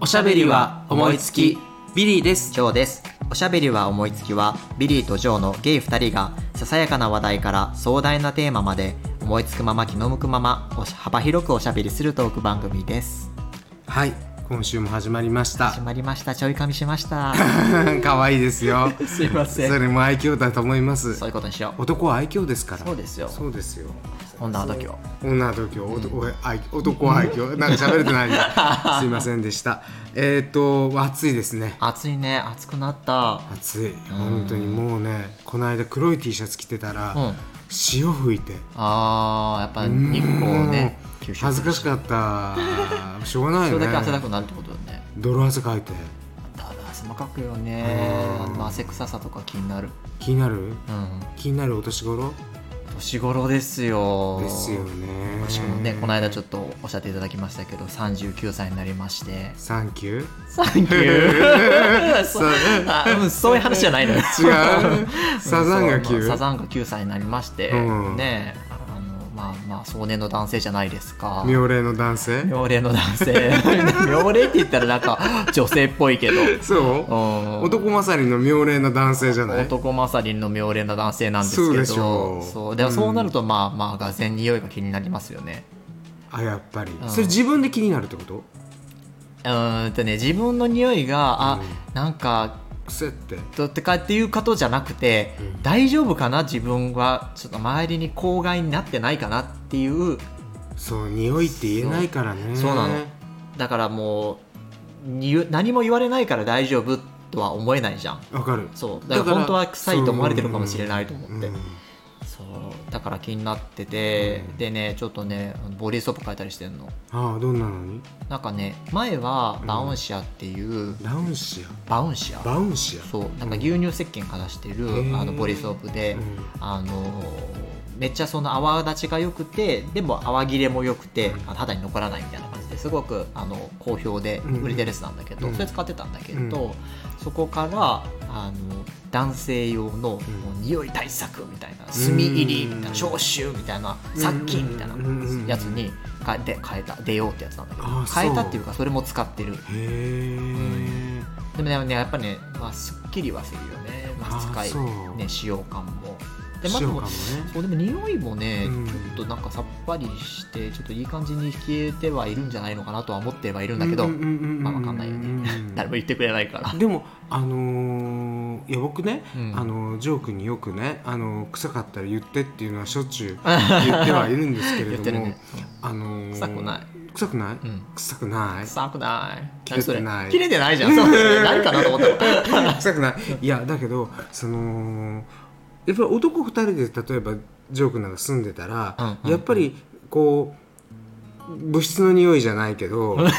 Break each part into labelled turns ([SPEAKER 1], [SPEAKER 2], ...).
[SPEAKER 1] おしゃべりは思いつきビリーです
[SPEAKER 2] ジョーです。おしゃべりは思いつきは、ビリーとジョーのゲイ2人が、ささやかな話題から壮大なテーマまで、思いつくまま気の向くまま、おし幅広くおしゃべりするトーク番組です。
[SPEAKER 3] はい今週も始まりました
[SPEAKER 2] 始まりました。ちょい噛みしました。
[SPEAKER 3] 可愛いですよ
[SPEAKER 2] すいま
[SPEAKER 3] それも愛嬌だと思います
[SPEAKER 2] そういうことにしよう。
[SPEAKER 3] 男は愛嬌ですから
[SPEAKER 2] そうですよ
[SPEAKER 3] そうですよ
[SPEAKER 2] 女は度胸。
[SPEAKER 3] 女は度胸男は愛嬌男は愛 嬌なんか喋れてないんだすいませんでしたえっ、と暑いですね
[SPEAKER 2] 暑いね。暑くなった。
[SPEAKER 3] 暑い本当にもうねこの間黒い T シャツ着てたら、
[SPEAKER 2] うん。
[SPEAKER 3] 潮吹いて
[SPEAKER 2] あー、やっぱ日光をね、吸収
[SPEAKER 3] 恥ずかし
[SPEAKER 2] っ
[SPEAKER 3] か ったしょうがな
[SPEAKER 2] た
[SPEAKER 3] い
[SPEAKER 2] そ
[SPEAKER 3] よ
[SPEAKER 2] れだ
[SPEAKER 3] ね
[SPEAKER 2] け汗だくなるってことだよね。
[SPEAKER 3] 泥汗かいて
[SPEAKER 2] ただ汗もかくよね。
[SPEAKER 3] うん
[SPEAKER 2] あと汗臭さとか気になる。
[SPEAKER 3] 気になる
[SPEAKER 2] うん。
[SPEAKER 3] 気になるお年頃
[SPEAKER 2] 年頃ですよ。
[SPEAKER 3] ですよね
[SPEAKER 2] 私もねこの間ちょっとおっしゃっていただきましたけど39歳になりまして
[SPEAKER 3] サンキュー
[SPEAKER 2] サンキュ ーそあうんそういう話じゃないのよ
[SPEAKER 3] 違うサザンが
[SPEAKER 2] そうまあ
[SPEAKER 3] 9
[SPEAKER 2] サザンが9歳になりまして、
[SPEAKER 3] うん
[SPEAKER 2] ねえあのまあまあ壮年の男性じゃないですか
[SPEAKER 3] 妙齢の男性
[SPEAKER 2] 妙齢の男性 妙齢って言ったらなんか女性っぽいけど
[SPEAKER 3] そう
[SPEAKER 2] うん
[SPEAKER 3] 男勝りの妙齢の男性じゃない
[SPEAKER 2] 男勝りの妙齢な男性なんですけど
[SPEAKER 3] そうでしょう
[SPEAKER 2] そうでもそうなるとまあまあがぜん匂いが気になりますよね
[SPEAKER 3] あやっぱり
[SPEAKER 2] ん
[SPEAKER 3] それ自分で気になるってこと
[SPEAKER 2] うーんとね自分の匂いがあ、なんか
[SPEAKER 3] 癖って
[SPEAKER 2] どうってかっていうことじゃなくて、
[SPEAKER 3] うん
[SPEAKER 2] 大丈夫かな自分はちょっと周りに公害になってないかなっていう
[SPEAKER 3] そう匂いって言えないからね
[SPEAKER 2] そうそうなのだからもうに何も言われないから大丈夫とは思えないじゃん
[SPEAKER 3] わかる
[SPEAKER 2] そうだから本当は臭いと思われてるかもしれないと思って
[SPEAKER 3] うん
[SPEAKER 2] そうだから気になってて、
[SPEAKER 3] うん
[SPEAKER 2] でねちょっとねボディーソープ変えたりしてんの
[SPEAKER 3] ああどんなのに
[SPEAKER 2] なんかね前はバウンシアっていう、
[SPEAKER 3] バウンシ
[SPEAKER 2] バウンシア
[SPEAKER 3] アバウンシア
[SPEAKER 2] そうなんか牛乳石鹸からしてる、
[SPEAKER 3] うん
[SPEAKER 2] あのボディーソープで、
[SPEAKER 3] うん
[SPEAKER 2] あのーめっちゃその泡立ちが良くてでも泡切れも良くてあの肌に残らないみたいな感じですごくあの好評で
[SPEAKER 3] うん
[SPEAKER 2] 売れてるやつなんだけど、
[SPEAKER 3] うん
[SPEAKER 2] それ使ってたんだけど、
[SPEAKER 3] うん
[SPEAKER 2] そこからあの男性用のもう匂い対策みたいな炭入りみたいな消臭みたいな
[SPEAKER 3] うん
[SPEAKER 2] 殺菌みたいな
[SPEAKER 3] うん
[SPEAKER 2] やつに変えて変えた出ようってやつなんだけど
[SPEAKER 3] あそう
[SPEAKER 2] 変えたっていうかそれも使ってる
[SPEAKER 3] へえ
[SPEAKER 2] でもねやっぱね、まあ、すっきりはするよね、まあ、使
[SPEAKER 3] あ
[SPEAKER 2] い
[SPEAKER 3] そう
[SPEAKER 2] ね使用感もでま
[SPEAKER 3] 塩
[SPEAKER 2] あで
[SPEAKER 3] かも
[SPEAKER 2] も
[SPEAKER 3] ね
[SPEAKER 2] そうでも匂いもね、
[SPEAKER 3] うん
[SPEAKER 2] ちょっとなんかさっぱりしてちょっといい感じに消えてはいるんじゃないのかなとは思ってはいるんだけど、
[SPEAKER 3] うんうんうんうんうん
[SPEAKER 2] まあわかんないよね誰も言ってくれないから
[SPEAKER 3] でもあのーいや僕ね、
[SPEAKER 2] うん
[SPEAKER 3] あのージョー君によくね、あのー臭かったら言ってっていうのはしょっちゅう言ってはいるんですけれ
[SPEAKER 2] 言っ
[SPEAKER 3] ど
[SPEAKER 2] てる
[SPEAKER 3] も、
[SPEAKER 2] ね、
[SPEAKER 3] あのー
[SPEAKER 2] 臭くない
[SPEAKER 3] 臭くない、
[SPEAKER 2] うん
[SPEAKER 3] 臭くない
[SPEAKER 2] 臭くない
[SPEAKER 3] 切れてな
[SPEAKER 2] 何それ
[SPEAKER 3] い
[SPEAKER 2] 切れてないじゃんそうね何かなと思ったの
[SPEAKER 3] 臭くないいやだけどそのやっぱり男二人で例えばジョー君なんか住んでたら、
[SPEAKER 2] うんうんうん
[SPEAKER 3] やっぱりこう物質の匂いじゃないけ どわか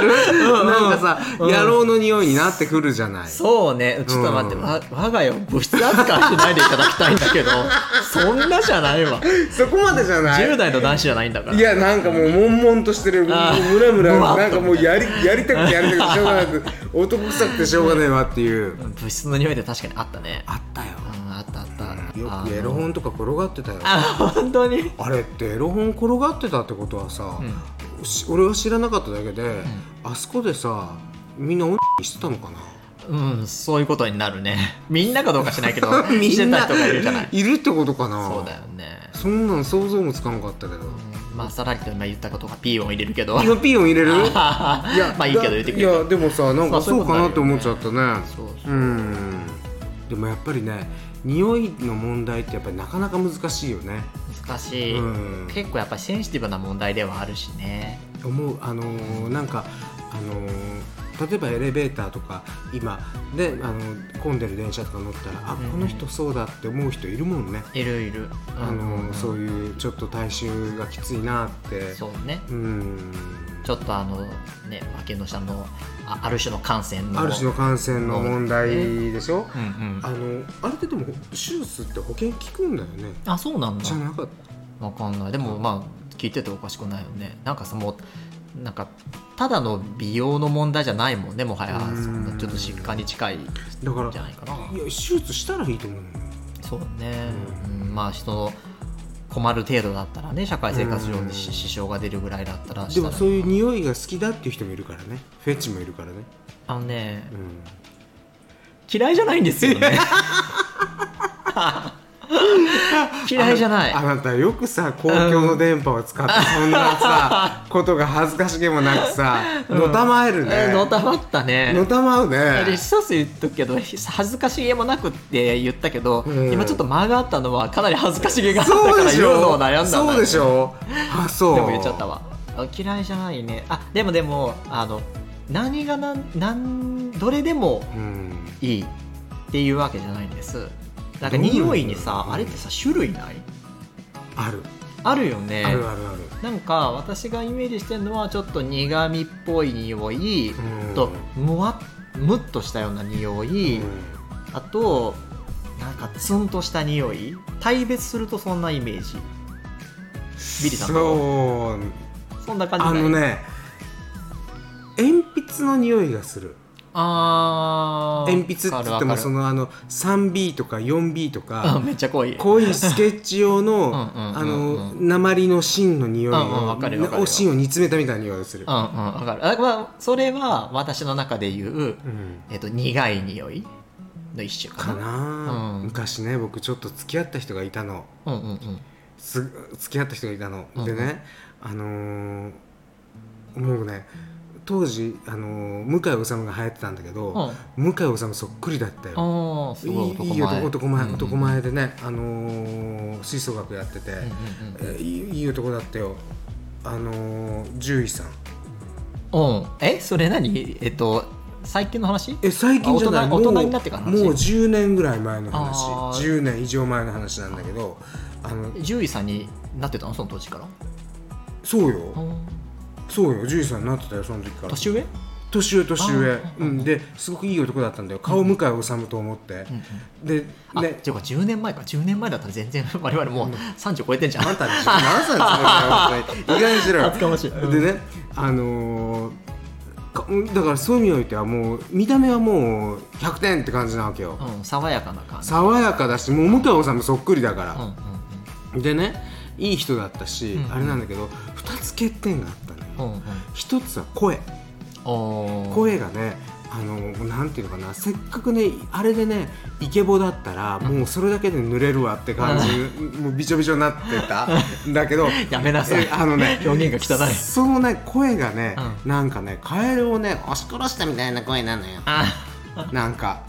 [SPEAKER 3] るなんかさ、野郎の匂いになってくるじゃない
[SPEAKER 2] そうねちょっと待って、
[SPEAKER 3] うん
[SPEAKER 2] わ我が家を物質扱いしないでいただきたいんだけ どそんなじゃないわ
[SPEAKER 3] そこまでじゃない
[SPEAKER 2] 10代の男子じゃないんだから
[SPEAKER 3] いやなんかもう悶々としてるム
[SPEAKER 2] あー
[SPEAKER 3] ラムラ
[SPEAKER 2] うわっと
[SPEAKER 3] なんかもうやり やりたくてやりたくてしょうがなくて男臭くてしょうがないわっていう
[SPEAKER 2] 物質の匂いで確かにあったね
[SPEAKER 3] あったよ
[SPEAKER 2] うんあったあった
[SPEAKER 3] よ
[SPEAKER 2] あ
[SPEAKER 3] くエロ本とか転がってたよ
[SPEAKER 2] あ本当に
[SPEAKER 3] あれってエロ本転がってたってことはさ、し俺は知らなかっただけで、あそこでさみんなおんにしてたのかな
[SPEAKER 2] うんそういうことになるね みんなかどうかしないけど
[SPEAKER 3] み
[SPEAKER 2] して
[SPEAKER 3] ん
[SPEAKER 2] た
[SPEAKER 3] な
[SPEAKER 2] 人がいるじゃない
[SPEAKER 3] いるってことかな
[SPEAKER 2] そうだよね
[SPEAKER 3] そんなん想像もつかなかったけど、
[SPEAKER 2] まあさらりと今言ったことがピーを入れるけど
[SPEAKER 3] 今ピーヨン入れる
[SPEAKER 2] まあいいけど言ってくれ
[SPEAKER 3] い
[SPEAKER 2] る
[SPEAKER 3] やでもさなん
[SPEAKER 2] まあ
[SPEAKER 3] か
[SPEAKER 2] そうい
[SPEAKER 3] そうう
[SPEAKER 2] こと
[SPEAKER 3] か
[SPEAKER 2] になるよね
[SPEAKER 3] なって思っちゃったね
[SPEAKER 2] そうそう
[SPEAKER 3] う、んでもやっぱりね匂いの問題ってやっぱりなかなか難しいよね
[SPEAKER 2] 難しい、
[SPEAKER 3] うん
[SPEAKER 2] 結構やっぱセンシティブな問題ではあるしね
[SPEAKER 3] 思うあのーなんかあのー例えばエレベーターとか今で、あのー混んでる電車とか乗ったら、
[SPEAKER 2] うん
[SPEAKER 3] あこの人そうだって思う人いるもんね、
[SPEAKER 2] いるいる、うん
[SPEAKER 3] あのーそう
[SPEAKER 2] う
[SPEAKER 3] いうちょっと体臭がきついなって
[SPEAKER 2] んそうね
[SPEAKER 3] うん
[SPEAKER 2] ちょっとあのね脇の下のあある種の感染の
[SPEAKER 3] ある種の感染の問題でしょ、
[SPEAKER 2] うんうん
[SPEAKER 3] あのあれってでも手術って保険効くんだよね
[SPEAKER 2] あそうなんだ
[SPEAKER 3] じゃなかった
[SPEAKER 2] わかんないでもまあ聞いてておかしくないよねなんかそのなんかただの美容の問題じゃないもんねもはや
[SPEAKER 3] うん
[SPEAKER 2] そんなちょっと疾患に近いん
[SPEAKER 3] だから
[SPEAKER 2] じゃないかない
[SPEAKER 3] や手術したらいいと思うのよ
[SPEAKER 2] そうね、うんまあ人の困る程度だったらね社会生活上にし支障が出るぐらいだったら
[SPEAKER 3] で
[SPEAKER 2] した
[SPEAKER 3] も
[SPEAKER 2] ら
[SPEAKER 3] そういう匂いが好きだっていう人もいるからねフェチもいるからね
[SPEAKER 2] あのね
[SPEAKER 3] うん
[SPEAKER 2] 嫌いじゃないんですよ ね 嫌いじゃない
[SPEAKER 3] あなたよくさ公共の電波を使ってそん なさ、ことが恥ずかしげもなくさ、のたまえるね、
[SPEAKER 2] えーのたまったね
[SPEAKER 3] のたまうね
[SPEAKER 2] で一つ言っとくけどひ恥ずかしげもなくって言ったけど、
[SPEAKER 3] うん
[SPEAKER 2] 今ちょっと間があったのはかなり恥ずかしげがあったか
[SPEAKER 3] そうで
[SPEAKER 2] ら
[SPEAKER 3] し
[SPEAKER 2] 言うの
[SPEAKER 3] ょ
[SPEAKER 2] を悩んだんだよね
[SPEAKER 3] そうでしょあそう
[SPEAKER 2] でも言っちゃったわあ嫌いじゃないねあでもでもあの何がなんなんどれでも
[SPEAKER 3] うん
[SPEAKER 2] いいっていうわけじゃないんですなんか
[SPEAKER 3] どうなんだろう
[SPEAKER 2] 匂いにさあれってさ種類ない
[SPEAKER 3] ある、
[SPEAKER 2] あるよね
[SPEAKER 3] あるあるある
[SPEAKER 2] なんか私がイメージしてるのはちょっと苦味っぽい匂い
[SPEAKER 3] うん
[SPEAKER 2] とむわっむっとしたような匂い、
[SPEAKER 3] う
[SPEAKER 2] あとなんかツンとした匂い大別するとそんなイメージ
[SPEAKER 3] ん
[SPEAKER 2] ビリさん
[SPEAKER 3] そう
[SPEAKER 2] そんな感じ
[SPEAKER 3] あ
[SPEAKER 2] ない
[SPEAKER 3] のね鉛筆の匂いがする
[SPEAKER 2] あー
[SPEAKER 3] 鉛筆って言っても
[SPEAKER 2] わかるわかる
[SPEAKER 3] そのあの 3B とか 4B と
[SPEAKER 2] あ
[SPEAKER 3] か
[SPEAKER 2] めっちゃ濃い
[SPEAKER 3] 濃いスケッチ用の
[SPEAKER 2] うんうんうんうん
[SPEAKER 3] あの鉛の芯の匂い
[SPEAKER 2] うんうんわかるわかる
[SPEAKER 3] を芯を煮詰めたみたいな匂いがする
[SPEAKER 2] うんうんわかるあ、まあ、それは私の中で言う、
[SPEAKER 3] うん
[SPEAKER 2] えっと苦い匂いの一種か
[SPEAKER 3] か
[SPEAKER 2] な
[SPEAKER 3] なあ
[SPEAKER 2] うん
[SPEAKER 3] 昔ね僕ちょっと付き合った人がいたの
[SPEAKER 2] うんうんうん
[SPEAKER 3] す付き合った人がいたの、
[SPEAKER 2] うん
[SPEAKER 3] でねあのーもうね当時、あのー向井治が流行ってたんだけど、
[SPEAKER 2] うん
[SPEAKER 3] 向井治そっくりだったよ、
[SPEAKER 2] ああす
[SPEAKER 3] いい
[SPEAKER 2] ごい
[SPEAKER 3] いい
[SPEAKER 2] 男前
[SPEAKER 3] 男男前,、
[SPEAKER 2] うんうん
[SPEAKER 3] 男前でね、あのー吹奏楽やってて、
[SPEAKER 2] うん
[SPEAKER 3] えーいいいい男だったよあのー獣医さん
[SPEAKER 2] うんうんうんえそれ何えっと最近の話
[SPEAKER 3] え最近じゃない
[SPEAKER 2] あ
[SPEAKER 3] も
[SPEAKER 2] 大
[SPEAKER 3] う
[SPEAKER 2] 人大人になってからの話
[SPEAKER 3] もう10年ぐらい前の
[SPEAKER 2] あ
[SPEAKER 3] 話
[SPEAKER 2] ー
[SPEAKER 3] 10年以上前の話なんだけどあの
[SPEAKER 2] 獣医さんになってたのその当時から
[SPEAKER 3] そうよ、
[SPEAKER 2] うん
[SPEAKER 3] そうよ獣医さんになってたよその時から
[SPEAKER 2] 年上
[SPEAKER 3] 年上年上
[SPEAKER 2] あ、ー
[SPEAKER 3] うん、ですごくいい男だったんだよ顔向かい治と思って、で
[SPEAKER 2] あ、
[SPEAKER 3] ね
[SPEAKER 2] ていうか10年前か10年前だったら全然 我々もう30超えてんじゃん
[SPEAKER 3] あんた何歳ですか意外に しろよ
[SPEAKER 2] 厚かましいうん
[SPEAKER 3] でねあのーかだからそういう意味においてはもう見た目はもう100点って感じなわけよ、
[SPEAKER 2] うん爽やかな感じ
[SPEAKER 3] 爽やかだしもう向井治そっくりだか
[SPEAKER 2] うん
[SPEAKER 3] ら、でねいい人だったし、
[SPEAKER 2] うん
[SPEAKER 3] あれなんだけど2つ欠点があったのよ、
[SPEAKER 2] うんうんうん
[SPEAKER 3] 1つは声
[SPEAKER 2] おー
[SPEAKER 3] 声がねあのなんていうのかなせっかくねあれでねイケボだったらもうそれだけで濡れるわって感じ、もうびちょびちょになって ただけど
[SPEAKER 2] やめなさい
[SPEAKER 3] えあのね
[SPEAKER 2] 表現が汚い
[SPEAKER 3] そのね声がね、
[SPEAKER 2] う
[SPEAKER 3] なんかねカエルをね押し殺したみたいな声なのよ
[SPEAKER 2] あ
[SPEAKER 3] なんか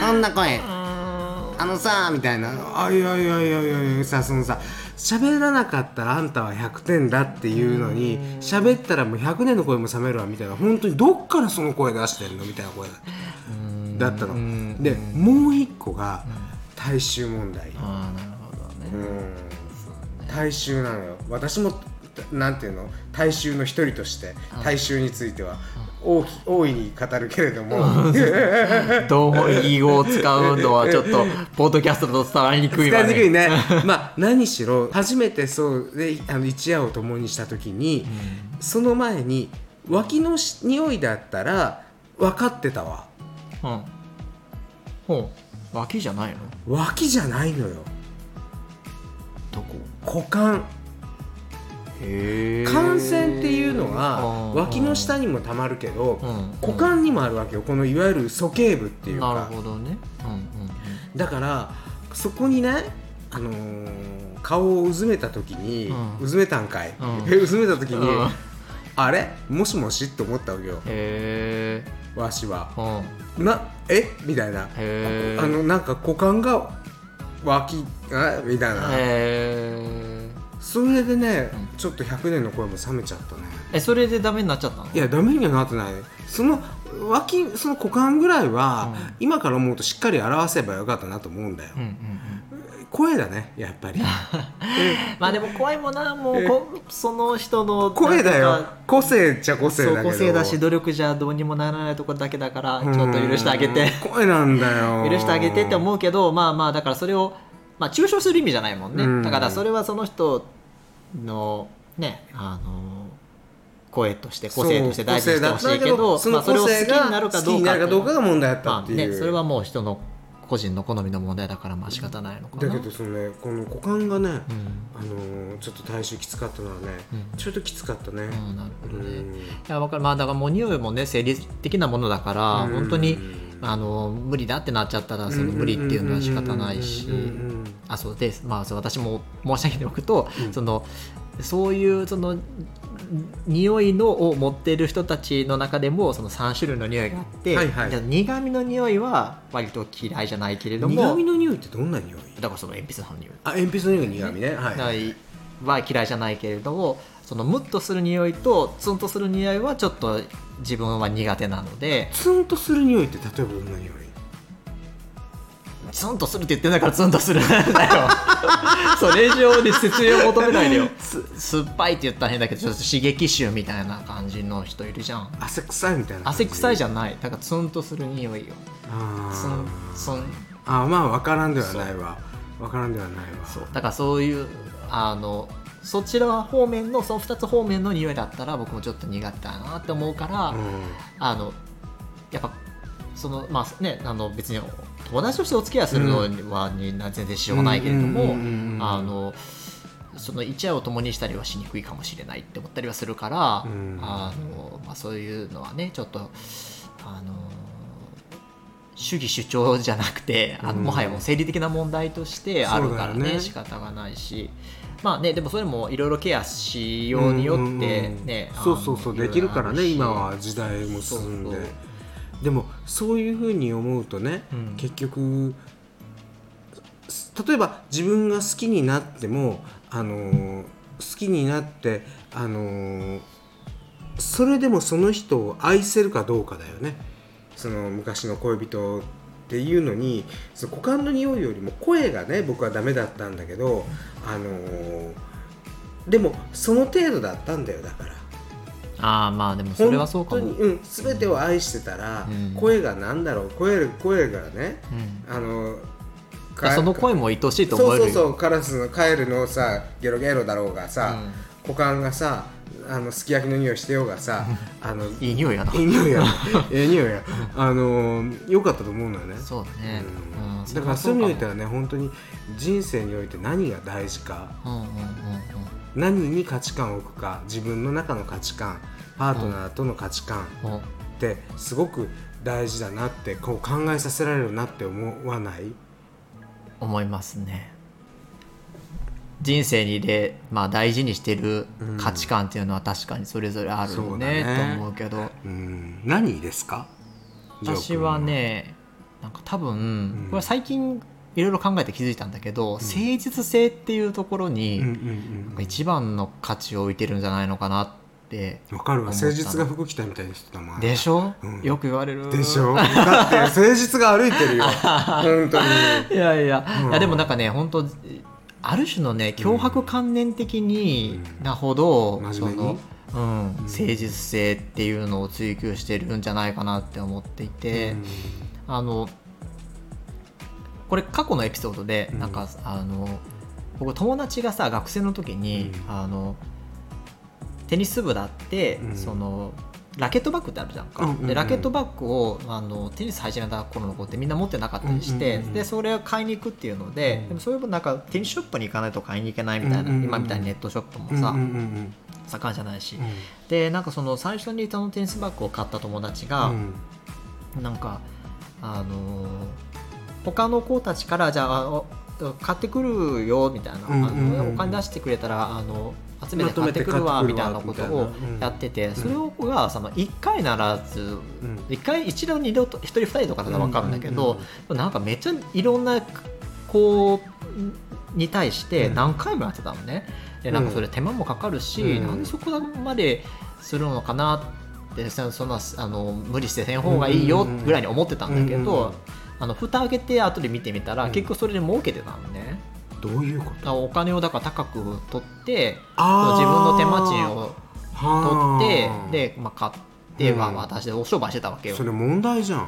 [SPEAKER 3] そんな声あのさみたいな「あいやいやいやいやいやさそのさ喋らなかったらあんたは100点だ」っていうのに喋ったらもう100年の声も覚めるわみたいな本当にどっからその声出してんのみたいな声だだった
[SPEAKER 2] う
[SPEAKER 3] の。
[SPEAKER 2] ん
[SPEAKER 3] でもう一個が大衆問題。
[SPEAKER 2] あーなるほどね
[SPEAKER 3] うん大衆なのよ私もなんていうの大衆の一人として大衆については大き大いに語るけれども
[SPEAKER 2] どうも義語を使うのはちょっとポッドキャストだと伝わりにくい
[SPEAKER 3] 使
[SPEAKER 2] わ
[SPEAKER 3] いにくい
[SPEAKER 2] ね
[SPEAKER 3] ね まあ何しろ初めてそうであの一夜を共にした時に、その前に脇のし匂いだったら分かってたわ
[SPEAKER 2] うんほう脇じゃないの
[SPEAKER 3] 脇じゃないのよ
[SPEAKER 2] どこ
[SPEAKER 3] 股間
[SPEAKER 2] へ
[SPEAKER 3] 汗腺っていうのは
[SPEAKER 2] あー
[SPEAKER 3] 脇の下にもたまるけど、
[SPEAKER 2] うん
[SPEAKER 3] 股間にもあるわけよこのいわゆる鼠径部っていうか
[SPEAKER 2] なるほどねうんうん
[SPEAKER 3] だからそこにね、あのー顔をうずめた時に、う
[SPEAKER 2] うん
[SPEAKER 3] ずめたんかい、
[SPEAKER 2] う
[SPEAKER 3] うずめた時に、
[SPEAKER 2] うん
[SPEAKER 3] あれもしもしって思ったわけよ
[SPEAKER 2] へえ
[SPEAKER 3] わしは
[SPEAKER 2] うんへ
[SPEAKER 3] なえみたいな
[SPEAKER 2] え
[SPEAKER 3] あのなんか股間が脇あみたいな
[SPEAKER 2] へー
[SPEAKER 3] それでね、
[SPEAKER 2] う
[SPEAKER 3] ちょっと100年の声も冷めちゃったね
[SPEAKER 2] えそれでダメになっちゃったの
[SPEAKER 3] いやダメにはなってないその脇その股間ぐらいは、
[SPEAKER 2] うん
[SPEAKER 3] 今から思うとしっかり表せばよかったなと思うんだよ、
[SPEAKER 2] うんうんうん
[SPEAKER 3] 声だねやっぱ り
[SPEAKER 2] まあでも怖いもんなもうこその人の
[SPEAKER 3] 声だ
[SPEAKER 2] なん
[SPEAKER 3] よ
[SPEAKER 2] か
[SPEAKER 3] 個性っちゃ個性だ
[SPEAKER 2] そ
[SPEAKER 3] け
[SPEAKER 2] う
[SPEAKER 3] ど
[SPEAKER 2] 個性だし努力じゃどうにもならないとこだけだからちょっと許してあげて
[SPEAKER 3] うん声なんだ よ
[SPEAKER 2] 許してあげてって
[SPEAKER 3] う
[SPEAKER 2] 思うけどまあまあだからそれをまあ中傷する意味じゃないもんね、
[SPEAKER 3] うん
[SPEAKER 2] だからそれはその人のねあの声として個性として大事にしてほしいけど
[SPEAKER 3] そう
[SPEAKER 2] まあ、それを
[SPEAKER 3] 個
[SPEAKER 2] 好き
[SPEAKER 3] 性
[SPEAKER 2] に
[SPEAKER 3] だ
[SPEAKER 2] な
[SPEAKER 3] っ
[SPEAKER 2] る
[SPEAKER 3] たけど
[SPEAKER 2] か
[SPEAKER 3] その個性が好き
[SPEAKER 2] どう
[SPEAKER 3] にな
[SPEAKER 2] か
[SPEAKER 3] るかどうかが問題だった
[SPEAKER 2] ま
[SPEAKER 3] っ
[SPEAKER 2] あ
[SPEAKER 3] ていう、
[SPEAKER 2] ね、それはもう人の個人の好みの問題だからまあ仕方ないのかな
[SPEAKER 3] だけどそのねこの股間が
[SPEAKER 2] うん
[SPEAKER 3] ね、あのーちょっと体臭きつかったのはね、
[SPEAKER 2] うん
[SPEAKER 3] ちょっときつかったね、
[SPEAKER 2] うんなるほ
[SPEAKER 3] う
[SPEAKER 2] どね、い
[SPEAKER 3] ん
[SPEAKER 2] やわかるまあだからもう匂いもね生理的なものだから
[SPEAKER 3] うん
[SPEAKER 2] 本当にあの無理だってなっちゃったらその無理っていうのは仕方ないし
[SPEAKER 3] うんうん
[SPEAKER 2] あそうで、まあ、そう私も申し上げておくと、
[SPEAKER 3] うん
[SPEAKER 2] そのそういうそのん匂いのを持っている人たちの中でもその3種類の匂いがあって、
[SPEAKER 3] はいはい
[SPEAKER 2] じゃあ苦味の匂いは割と嫌いじゃないけれども
[SPEAKER 3] 苦味の匂いってどんな匂い
[SPEAKER 2] だからその鉛筆の匂い
[SPEAKER 3] あ鉛筆の匂い苦味ねはい
[SPEAKER 2] は嫌いじゃないけれどもそのムッとする匂いとツンとする匂いはちょっと自分は苦手なので
[SPEAKER 3] ツンとする匂いって例えばどんな匂い
[SPEAKER 2] ツンとするって言ってんだからツンとするんだ よそれ以上に説明を求めないでよす酸っぱいって言ったら変だけどちょっと刺激臭みたいな感じの人いるじゃん
[SPEAKER 3] 汗臭いみたいな感じ
[SPEAKER 2] 汗臭いじゃないだからツンとする匂いよ
[SPEAKER 3] あ
[SPEAKER 2] ツンツ
[SPEAKER 3] ー
[SPEAKER 2] ン
[SPEAKER 3] あまあ分からんではないわ分からんではないわ
[SPEAKER 2] そうだからそういうあのそちら方面のその2つ方面の匂いだったら僕もちょっと苦手だなって思うから、
[SPEAKER 3] う
[SPEAKER 2] あのやっぱそのまあねあの別に友達としてお付き合いするのは、に全然しようないけれども、
[SPEAKER 3] うんうんうんうん
[SPEAKER 2] あのその一夜を共にしたりはしにくいかもしれないって思ったりはするから、
[SPEAKER 3] うん
[SPEAKER 2] あのまあ、そういうのはねちょっとあの主義主張じゃなくてあの、
[SPEAKER 3] うん
[SPEAKER 2] もはやもう生理的な問題としてあるから
[SPEAKER 3] そうだ
[SPEAKER 2] ね
[SPEAKER 3] よね
[SPEAKER 2] 仕方がないし。まあね、でもそれもいろいろケアしようによって
[SPEAKER 3] うんうんうん
[SPEAKER 2] ね、
[SPEAKER 3] そうそうそう
[SPEAKER 2] あの
[SPEAKER 3] できるからね
[SPEAKER 2] いろい
[SPEAKER 3] 今
[SPEAKER 2] ろあ
[SPEAKER 3] は
[SPEAKER 2] るし
[SPEAKER 3] 時代も進んで
[SPEAKER 2] そうそう
[SPEAKER 3] でもそういうふうに思うとね、
[SPEAKER 2] うん
[SPEAKER 3] 結局す例えば自分が好きになっても、あのー好きになって、あのーそれでもその人を愛せるかどうかだよねその昔の恋人っていうのにその股間の匂いよりも声がね僕はダメだったんだけど、あのーでもその程度だったんだよだから。
[SPEAKER 2] ああまあでもそれはそうかも、
[SPEAKER 3] 本当に、うん、全てを愛してたら、
[SPEAKER 2] うん
[SPEAKER 3] 声がなんだろう声声がねあのか
[SPEAKER 2] その声も愛しいと
[SPEAKER 3] そ
[SPEAKER 2] 思
[SPEAKER 3] う
[SPEAKER 2] える
[SPEAKER 3] そう
[SPEAKER 2] よ
[SPEAKER 3] そうカラスのカエルのさゲロゲロだろうがさ、股間がさあのすき焼きの匂いしてようがさあの
[SPEAKER 2] いい匂いやない
[SPEAKER 3] い匂 いやええ匂いやあの良かったと思うのよね
[SPEAKER 2] そうだね、
[SPEAKER 3] うん
[SPEAKER 2] うん
[SPEAKER 3] だからそういう意味で言った
[SPEAKER 2] う
[SPEAKER 3] らね本当に人生において何が大事か
[SPEAKER 2] んうんうんうん
[SPEAKER 3] 何に価値観を置くか自分の中の価値観パートナーとの価値観、
[SPEAKER 2] も
[SPEAKER 3] ってすごく大事だなってこう考えさせられるなって思わないう
[SPEAKER 2] 思いますね人生にで、まあ、大事にしてる価値観っていうのは確かにそれぞれある
[SPEAKER 3] そ
[SPEAKER 2] よ
[SPEAKER 3] うだ
[SPEAKER 2] ね,、
[SPEAKER 3] ね
[SPEAKER 2] と思うけど
[SPEAKER 3] うん何ですか
[SPEAKER 2] 私はねなんか多分
[SPEAKER 3] うん
[SPEAKER 2] これは最近いろいろ考えて気づいたんだけど、誠実性っていうところ
[SPEAKER 3] ジ
[SPEAKER 2] に、
[SPEAKER 3] ョー君は
[SPEAKER 2] なん
[SPEAKER 3] うん
[SPEAKER 2] か一番の価値を置いてるんじゃないのかなって
[SPEAKER 3] うんわかるわ
[SPEAKER 2] 思った
[SPEAKER 3] 誠実が服着たみたいな人だもん
[SPEAKER 2] でしょ、
[SPEAKER 3] うん
[SPEAKER 2] よく言われる
[SPEAKER 3] でしょだって誠実が歩い てるよ本当
[SPEAKER 2] い
[SPEAKER 3] に
[SPEAKER 2] やいや、
[SPEAKER 3] うん
[SPEAKER 2] いやでもなんかね本当ある種のね脅迫観念的に
[SPEAKER 3] うん
[SPEAKER 2] なほど、
[SPEAKER 3] うん
[SPEAKER 2] そ
[SPEAKER 3] 真面目
[SPEAKER 2] の
[SPEAKER 3] に、
[SPEAKER 2] うん、誠実性っていうのを追求してるんじゃないかなって思っていて、あのこれ過去のエピソードで、
[SPEAKER 3] うん
[SPEAKER 2] なんかあの僕友達がさ学生の時に、
[SPEAKER 3] うん
[SPEAKER 2] あのテニス部だって、
[SPEAKER 3] うん
[SPEAKER 2] そのラケットバッグってあるじゃんか、
[SPEAKER 3] うんうんうん
[SPEAKER 2] でラケットバッグをあのテニス始めた頃の子ってみんな持ってなかったりして、
[SPEAKER 3] うんうんうんうん
[SPEAKER 2] でそれを買いに行くっていうので,、
[SPEAKER 3] うん
[SPEAKER 2] でもそういうなんかテニスショップに行かないと買いに行けないみたいな、
[SPEAKER 3] うんうんうん
[SPEAKER 2] 今みたいにネットショップも
[SPEAKER 3] うん
[SPEAKER 2] さ、
[SPEAKER 3] うんうん
[SPEAKER 2] 盛んじゃないし、
[SPEAKER 3] うん
[SPEAKER 2] でなんかその最初にそのテニスバッグを買った友達が、
[SPEAKER 3] うん
[SPEAKER 2] なんかあのー他の子たちからじゃあお買ってくるよみたいな、
[SPEAKER 3] うんうんうん
[SPEAKER 2] あのお金出してくれたらあの集め
[SPEAKER 3] ま
[SPEAKER 2] て
[SPEAKER 3] と
[SPEAKER 2] 買っ
[SPEAKER 3] め
[SPEAKER 2] て
[SPEAKER 3] て
[SPEAKER 2] くるわ
[SPEAKER 3] 買ってくるわ
[SPEAKER 2] みたいなことを
[SPEAKER 3] みたいなうん
[SPEAKER 2] やってて、それをがその1回ならず、
[SPEAKER 3] ん
[SPEAKER 2] 一回一度二度と1人2人とかだと分かるんだけど、
[SPEAKER 3] うんうん
[SPEAKER 2] なんかめっちゃいろんな子に対して
[SPEAKER 3] うん
[SPEAKER 2] 何回もやってたのね。でなんかそれ手間もかかるし、
[SPEAKER 3] うん
[SPEAKER 2] なんでそこまでするのかなって。でそそんなあの無理してせん方がいいよぐらいに思ってたんだけど、
[SPEAKER 3] うんうんうん
[SPEAKER 2] あの蓋開けて後で見てみたら、
[SPEAKER 3] うん
[SPEAKER 2] 結局それで儲けてたのね
[SPEAKER 3] どういうこ
[SPEAKER 2] だ
[SPEAKER 3] と
[SPEAKER 2] からお金をだから高く取って
[SPEAKER 3] あー
[SPEAKER 2] 自分の手間賃を取
[SPEAKER 3] は
[SPEAKER 2] って
[SPEAKER 3] ー
[SPEAKER 2] で、まあ、買って、
[SPEAKER 3] うん
[SPEAKER 2] まあ、私でお商売してたわけよ
[SPEAKER 3] それ問題じゃん
[SPEAKER 2] い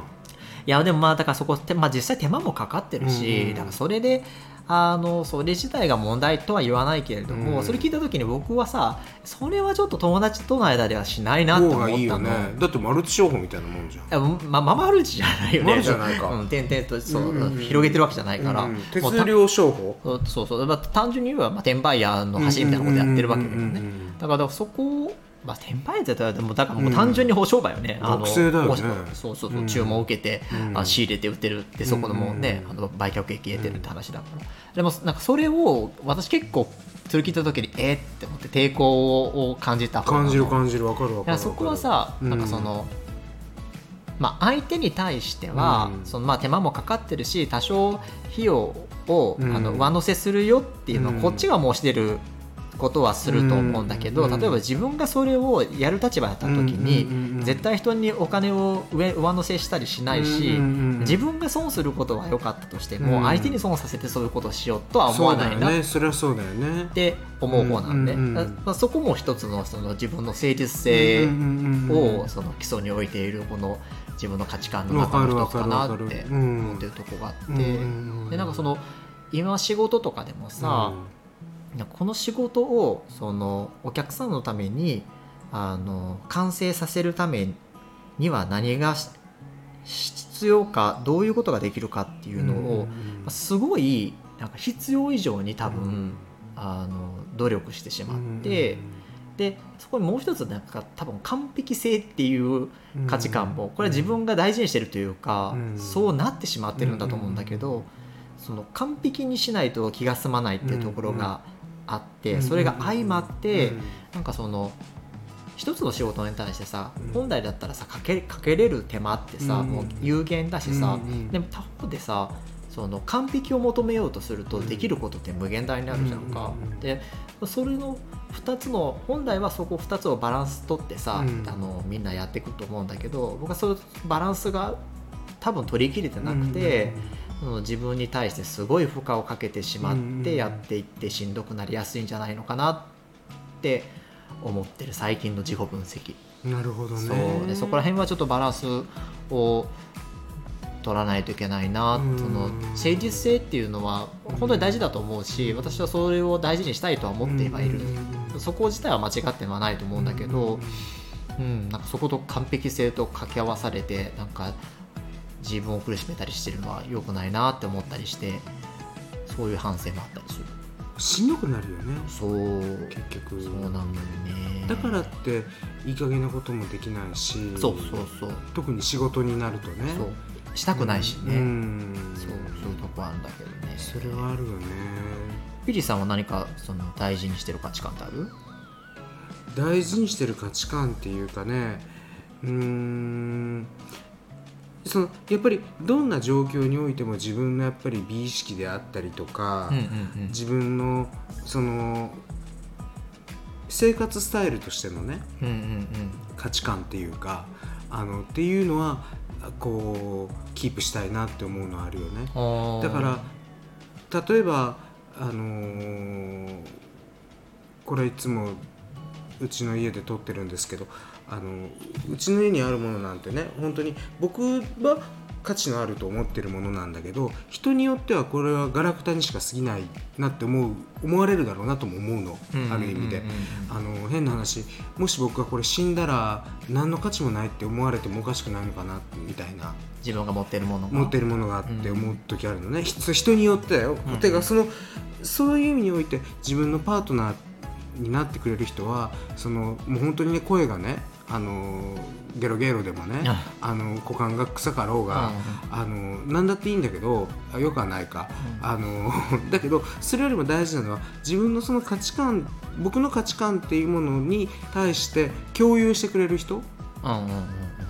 [SPEAKER 2] いやでもまあだからそこって、まあ、実際手間もかかってるし、
[SPEAKER 3] うんうん
[SPEAKER 2] だからそれであのそれ自体が問題とは言わないけれども、
[SPEAKER 3] うん
[SPEAKER 2] それ聞いた時に僕はさそれはちょっと友達との間ではしないなと思っ
[SPEAKER 3] 方
[SPEAKER 2] た
[SPEAKER 3] が
[SPEAKER 2] の
[SPEAKER 3] いいよねだってマルチ商法みたいなもんじゃん
[SPEAKER 2] いやま、まマルチじゃないよね
[SPEAKER 3] マルチじゃないか
[SPEAKER 2] うん、点々とそう、
[SPEAKER 3] うんうんうん
[SPEAKER 2] 広げてるわけじゃないから、
[SPEAKER 3] うんうん手
[SPEAKER 2] もう
[SPEAKER 3] 数料商法
[SPEAKER 2] そうそうそう、まあ、単純に言えば、まあ、転売屋の走りみたいなことやってるわけだよね、
[SPEAKER 3] うんうんうんうんうん
[SPEAKER 2] だからそこを、まあ、転売屋って言ったらでもだからもう単純に保証売よね、
[SPEAKER 3] うん
[SPEAKER 2] あの
[SPEAKER 3] 学生だよね
[SPEAKER 2] おそうそうそう、
[SPEAKER 3] うん
[SPEAKER 2] 注文を受けて、
[SPEAKER 3] うん
[SPEAKER 2] あ仕入れて売ってるってそこのもうね、
[SPEAKER 3] うん
[SPEAKER 2] あの売却益得てるって話だから、でもなんかそれを私結構それ聞いた時にえーって思って抵抗を感じた方なの
[SPEAKER 3] 感じる感じるわかるわ
[SPEAKER 2] だか
[SPEAKER 3] からる
[SPEAKER 2] そこはさ、
[SPEAKER 3] うん
[SPEAKER 2] なんかその、まあ、相手に対しては、
[SPEAKER 3] うん
[SPEAKER 2] そのまあ、手間もかかってるし多少費用を、
[SPEAKER 3] うん
[SPEAKER 2] あの上乗せするよっていうのは、
[SPEAKER 3] うん
[SPEAKER 2] こっちが申し出ることはすると思うんだけど、
[SPEAKER 3] うん
[SPEAKER 2] 例えば自分がそれをやる立場だった時に、
[SPEAKER 3] うんうんうんうん
[SPEAKER 2] 絶対人にお金を上上乗せしたりしないし、
[SPEAKER 3] うんうんうん
[SPEAKER 2] 自分が損することは良かったとして
[SPEAKER 3] う
[SPEAKER 2] も、
[SPEAKER 3] ん
[SPEAKER 2] 相手に損させてそういうことをしようとは思わないな
[SPEAKER 3] そうだよねそれはそうだよね
[SPEAKER 2] って思う方なんで、
[SPEAKER 3] うんうんうん
[SPEAKER 2] だからまあそこも一つのその自分の誠実性
[SPEAKER 3] え
[SPEAKER 2] をその基礎に置いているこの自分の価値観の
[SPEAKER 3] わ
[SPEAKER 2] 中
[SPEAKER 3] かる
[SPEAKER 2] の
[SPEAKER 3] わ
[SPEAKER 2] 一つ
[SPEAKER 3] か
[SPEAKER 2] か
[SPEAKER 3] る
[SPEAKER 2] な
[SPEAKER 3] わ
[SPEAKER 2] っ
[SPEAKER 3] かる
[SPEAKER 2] て
[SPEAKER 3] う
[SPEAKER 2] 思っ
[SPEAKER 3] ん
[SPEAKER 2] てるとこがあって、
[SPEAKER 3] うん
[SPEAKER 2] でなんかその今仕事とかでもさ、なんかこの仕事をそのお客さんのためにあの完成させるためには何がし必要かどういうことができるかっていうのを、まあすごいなんか必要以上に多分、あの努力してしまって。でそこにもう一つなんか多分完璧性っていう価値観もこれは自分が大事にしてるというか、
[SPEAKER 3] うん
[SPEAKER 2] そうなってしまってるんだと思うんだけど、その完璧にしないと気が済まないっていうところがあって、
[SPEAKER 3] うん
[SPEAKER 2] それが相まって、
[SPEAKER 3] うん
[SPEAKER 2] なんかその一つの仕事に対してさ、
[SPEAKER 3] うん
[SPEAKER 2] 本来だったらさかけかけれる手間ってさ、
[SPEAKER 3] うん
[SPEAKER 2] もう有限だしさ、
[SPEAKER 3] うんうん
[SPEAKER 2] でも他方でさその完璧を求めようとすると
[SPEAKER 3] うん
[SPEAKER 2] できることって無限大になるじゃんか、
[SPEAKER 3] うんうんうん
[SPEAKER 2] でそれの2つの本来はそこ2つをバランス取ってさ、
[SPEAKER 3] うん
[SPEAKER 2] あのみんなやっていくと思うんだけど僕はそのバランスが多分取り切れてなくて、その自分に対してすごい負荷をかけてしま
[SPEAKER 3] うんうん
[SPEAKER 2] っ
[SPEAKER 3] う
[SPEAKER 2] て
[SPEAKER 3] ん
[SPEAKER 2] やっていってしんどくなりやすいんじゃないのかなって思ってる最近の自己分析
[SPEAKER 3] うんなるほどね
[SPEAKER 2] そうでそこら辺はちょっとバランスを取らないといけないな
[SPEAKER 3] うん
[SPEAKER 2] その誠実性っていうのは本当に大事だと思うし私はそれを大事にしたいとは思ってはいる
[SPEAKER 3] うんうんうん
[SPEAKER 2] そこ自体は間違ってはないと思うんだけど、うん、なんかそこと完璧性と掛け合わされてなんか自分を苦しめたりしてるのは良くないなって思ったりしてそういう反省もあったりする
[SPEAKER 3] しんどくなるよね
[SPEAKER 2] そう
[SPEAKER 3] 結局
[SPEAKER 2] そうなんだよね
[SPEAKER 3] だからっていい加減なこともできないし
[SPEAKER 2] そうそうそう
[SPEAKER 3] 特に仕事になるとね
[SPEAKER 2] そうしたくないし
[SPEAKER 3] う
[SPEAKER 2] ね
[SPEAKER 3] ん
[SPEAKER 2] そうそういうとこあるんだけどね
[SPEAKER 3] それはあるよね
[SPEAKER 2] ピリさんは何かその大事にしてる価値観ってある
[SPEAKER 3] 大事にしてる価値観っていうかねうーんそのやっぱりどんな状況においても自分のやっぱり美意識であったりとか、
[SPEAKER 2] ん
[SPEAKER 3] 自分のその生活スタイルとしてのね
[SPEAKER 2] うんうん
[SPEAKER 3] 価値観っていうかあのっていうのはこうキープしたいなって思うのはあるよね。
[SPEAKER 2] うん
[SPEAKER 3] だから例えばあのーこれいつもうちの家で撮ってるんですけどあのうちの家にあるものなんてね本当に僕は価値のあると思ってるものなんだけど人によってはこれはガラクタにしか過ぎないなって思う思われるだろうなとも思うの、ある意味で。あの変な話もし僕がこれ死んだら何の価値もないって思われてもおかしくないのかなみたいな
[SPEAKER 2] 自分が持ってるものが
[SPEAKER 3] 持ってるものがあって思う時あるのね、ひ人によってだよ、
[SPEAKER 2] うん
[SPEAKER 3] てかそのそういう意味において自分のパートナーになってくれる人はそのもう本当にね声がねあのゲロゲロでもね
[SPEAKER 2] あ
[SPEAKER 3] あの股間が臭かろうが、
[SPEAKER 2] う
[SPEAKER 3] あの何だっていいんだけどあよくはないか、
[SPEAKER 2] うん
[SPEAKER 3] あの だけどそれよりも大事なのは自分のその価値観僕の価値観っていうものに対して共有してくれる人、
[SPEAKER 2] んうんうんうん
[SPEAKER 3] っ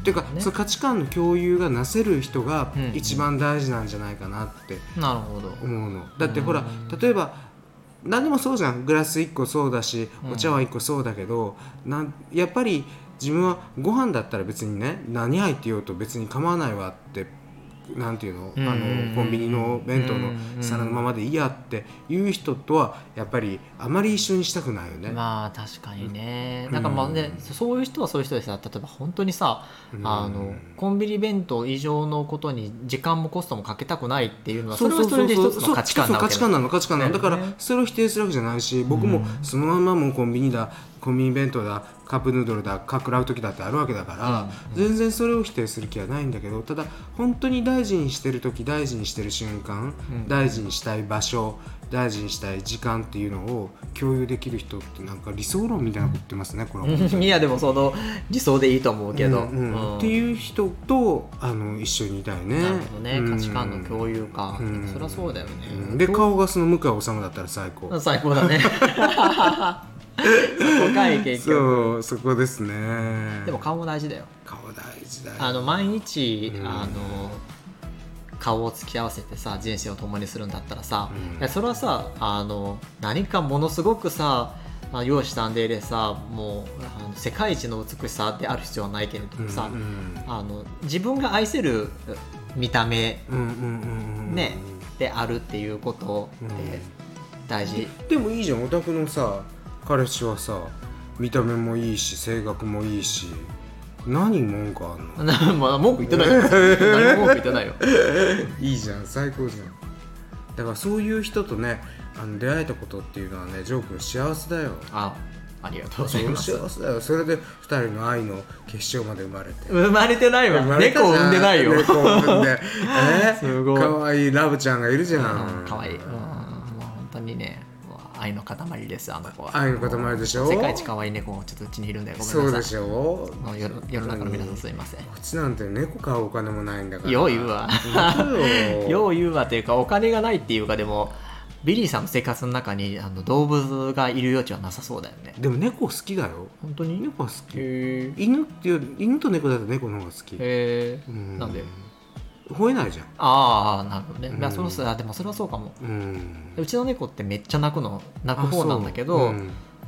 [SPEAKER 3] ていうか、
[SPEAKER 2] ね
[SPEAKER 3] その価値観の共有がなせる人が
[SPEAKER 2] うんうん
[SPEAKER 3] 一番大事なんじゃないかなって
[SPEAKER 2] なるほど
[SPEAKER 3] 思うの。だってほ
[SPEAKER 2] う
[SPEAKER 3] ら
[SPEAKER 2] ん
[SPEAKER 3] 例えば何でもそうじゃんグラス1個そうだし
[SPEAKER 2] うん
[SPEAKER 3] お茶碗1個そうだけど、なんやっぱり自分はご飯だったら別にね何入ってようと別に構わないわってなんていうの,、
[SPEAKER 2] うん
[SPEAKER 3] あのコンビニの弁当
[SPEAKER 2] う
[SPEAKER 3] の
[SPEAKER 2] ん
[SPEAKER 3] 皿のままでいいやっていう人とはやっぱりあまり一緒にしたくないよね。
[SPEAKER 2] まあ確かにね、
[SPEAKER 3] うん
[SPEAKER 2] なんかまあねそういう人はそういう人でさ例えば本当にさ、
[SPEAKER 3] うん
[SPEAKER 2] あのコンビニ弁当以上のことに時間もコストもかけたくないっていうのはそれはそれで一つの価値観なわけ
[SPEAKER 3] そうそうそう価値
[SPEAKER 2] だ
[SPEAKER 3] 観なの価値観なのだから
[SPEAKER 2] だよね
[SPEAKER 3] それを否定するわけじゃないし僕もそのまんまもうコンビニだコンビニ弁当だカップヌードルだかくらう時だってあるわけだから、全然それを否定する気はないんだけどただ本当に大事にしてる時大事にしてる瞬間、
[SPEAKER 2] うん
[SPEAKER 3] 大事にしたい場所大事にしたい時間っていうのを共有できる人ってなんか理想論みたいなこと言ってますねこれは本当に
[SPEAKER 2] いやでもその理想でいいと思うけど、
[SPEAKER 3] うんうん
[SPEAKER 2] うん
[SPEAKER 3] っていう人とあの一緒にいたいね。
[SPEAKER 2] なるほどね
[SPEAKER 3] うん
[SPEAKER 2] 価値観の共有か、
[SPEAKER 3] うん
[SPEAKER 2] そりゃそうだよね、
[SPEAKER 3] うんで顔がその向井治だったら最高。
[SPEAKER 2] 最高 だねそこかい結局
[SPEAKER 3] そうそこですね。
[SPEAKER 2] でも顔も大事だよ
[SPEAKER 3] 顔大事だよ。
[SPEAKER 2] あの毎日、
[SPEAKER 3] うん
[SPEAKER 2] あの顔を突き合わせてさ人生を共にするんだったらさ、
[SPEAKER 3] うん
[SPEAKER 2] いやそれはさあの何かものすごくさあの容姿端麗でさもうあの世界一の美しさである必要はないけれど
[SPEAKER 3] うん
[SPEAKER 2] もさ、
[SPEAKER 3] うん
[SPEAKER 2] あの自分が愛せる見た目
[SPEAKER 3] うんうんうんうん
[SPEAKER 2] ねであるっていうこと
[SPEAKER 3] うん
[SPEAKER 2] って大事、
[SPEAKER 3] でもいいじゃんお宅のさ彼氏はさ見た目もいいし性格もいいし何文句あんの
[SPEAKER 2] まあ文句言ってないよ 何も文句言ってないよ
[SPEAKER 3] いいじゃん最高じゃんだからそういう人とねあの出会えたことっていうのはねジョー君幸せだよ
[SPEAKER 2] あありがとうござい
[SPEAKER 3] 幸
[SPEAKER 2] ます
[SPEAKER 3] せだよそれで2人の愛の結晶まで生まれて
[SPEAKER 2] 生まれてないわ
[SPEAKER 3] 生まれた
[SPEAKER 2] 猫
[SPEAKER 3] じ
[SPEAKER 2] を
[SPEAKER 3] ゃ
[SPEAKER 2] 産んでないよ
[SPEAKER 3] 猫を産 んでえー、
[SPEAKER 2] すごい
[SPEAKER 3] かわいいラブちゃんがいるじゃ
[SPEAKER 2] うん
[SPEAKER 3] ん
[SPEAKER 2] 可愛い、うん、もう本当にねもう愛の塊ですあの子は
[SPEAKER 3] 愛の塊でしょ
[SPEAKER 2] 世界一可愛い猫もちょっとうちにいるんでごめんなさい
[SPEAKER 3] そうでしょ
[SPEAKER 2] もう世の世の中の皆さんすいません
[SPEAKER 3] こっちなんて猫買うお金もないんだから
[SPEAKER 2] よう言うわ
[SPEAKER 3] 本当
[SPEAKER 2] よう言うわというかお金がないっていうかでもビリーさんの生活の中にあの動物がいる余地はなさそうだよね
[SPEAKER 3] でも猫好きだよ
[SPEAKER 2] 本当に
[SPEAKER 3] 猫は好き
[SPEAKER 2] へ
[SPEAKER 3] 犬っていう犬と猫だと猫の方が好き
[SPEAKER 2] え
[SPEAKER 3] う
[SPEAKER 2] なんで
[SPEAKER 3] 吠えないじゃん
[SPEAKER 2] ああなるほどね、まあ
[SPEAKER 3] うん
[SPEAKER 2] そろそろあでもそれはそうかも
[SPEAKER 3] うん
[SPEAKER 2] うちの猫ってめっちゃ泣くの泣く方なんだけ
[SPEAKER 3] あ
[SPEAKER 2] ど
[SPEAKER 3] そう,、
[SPEAKER 2] あ,、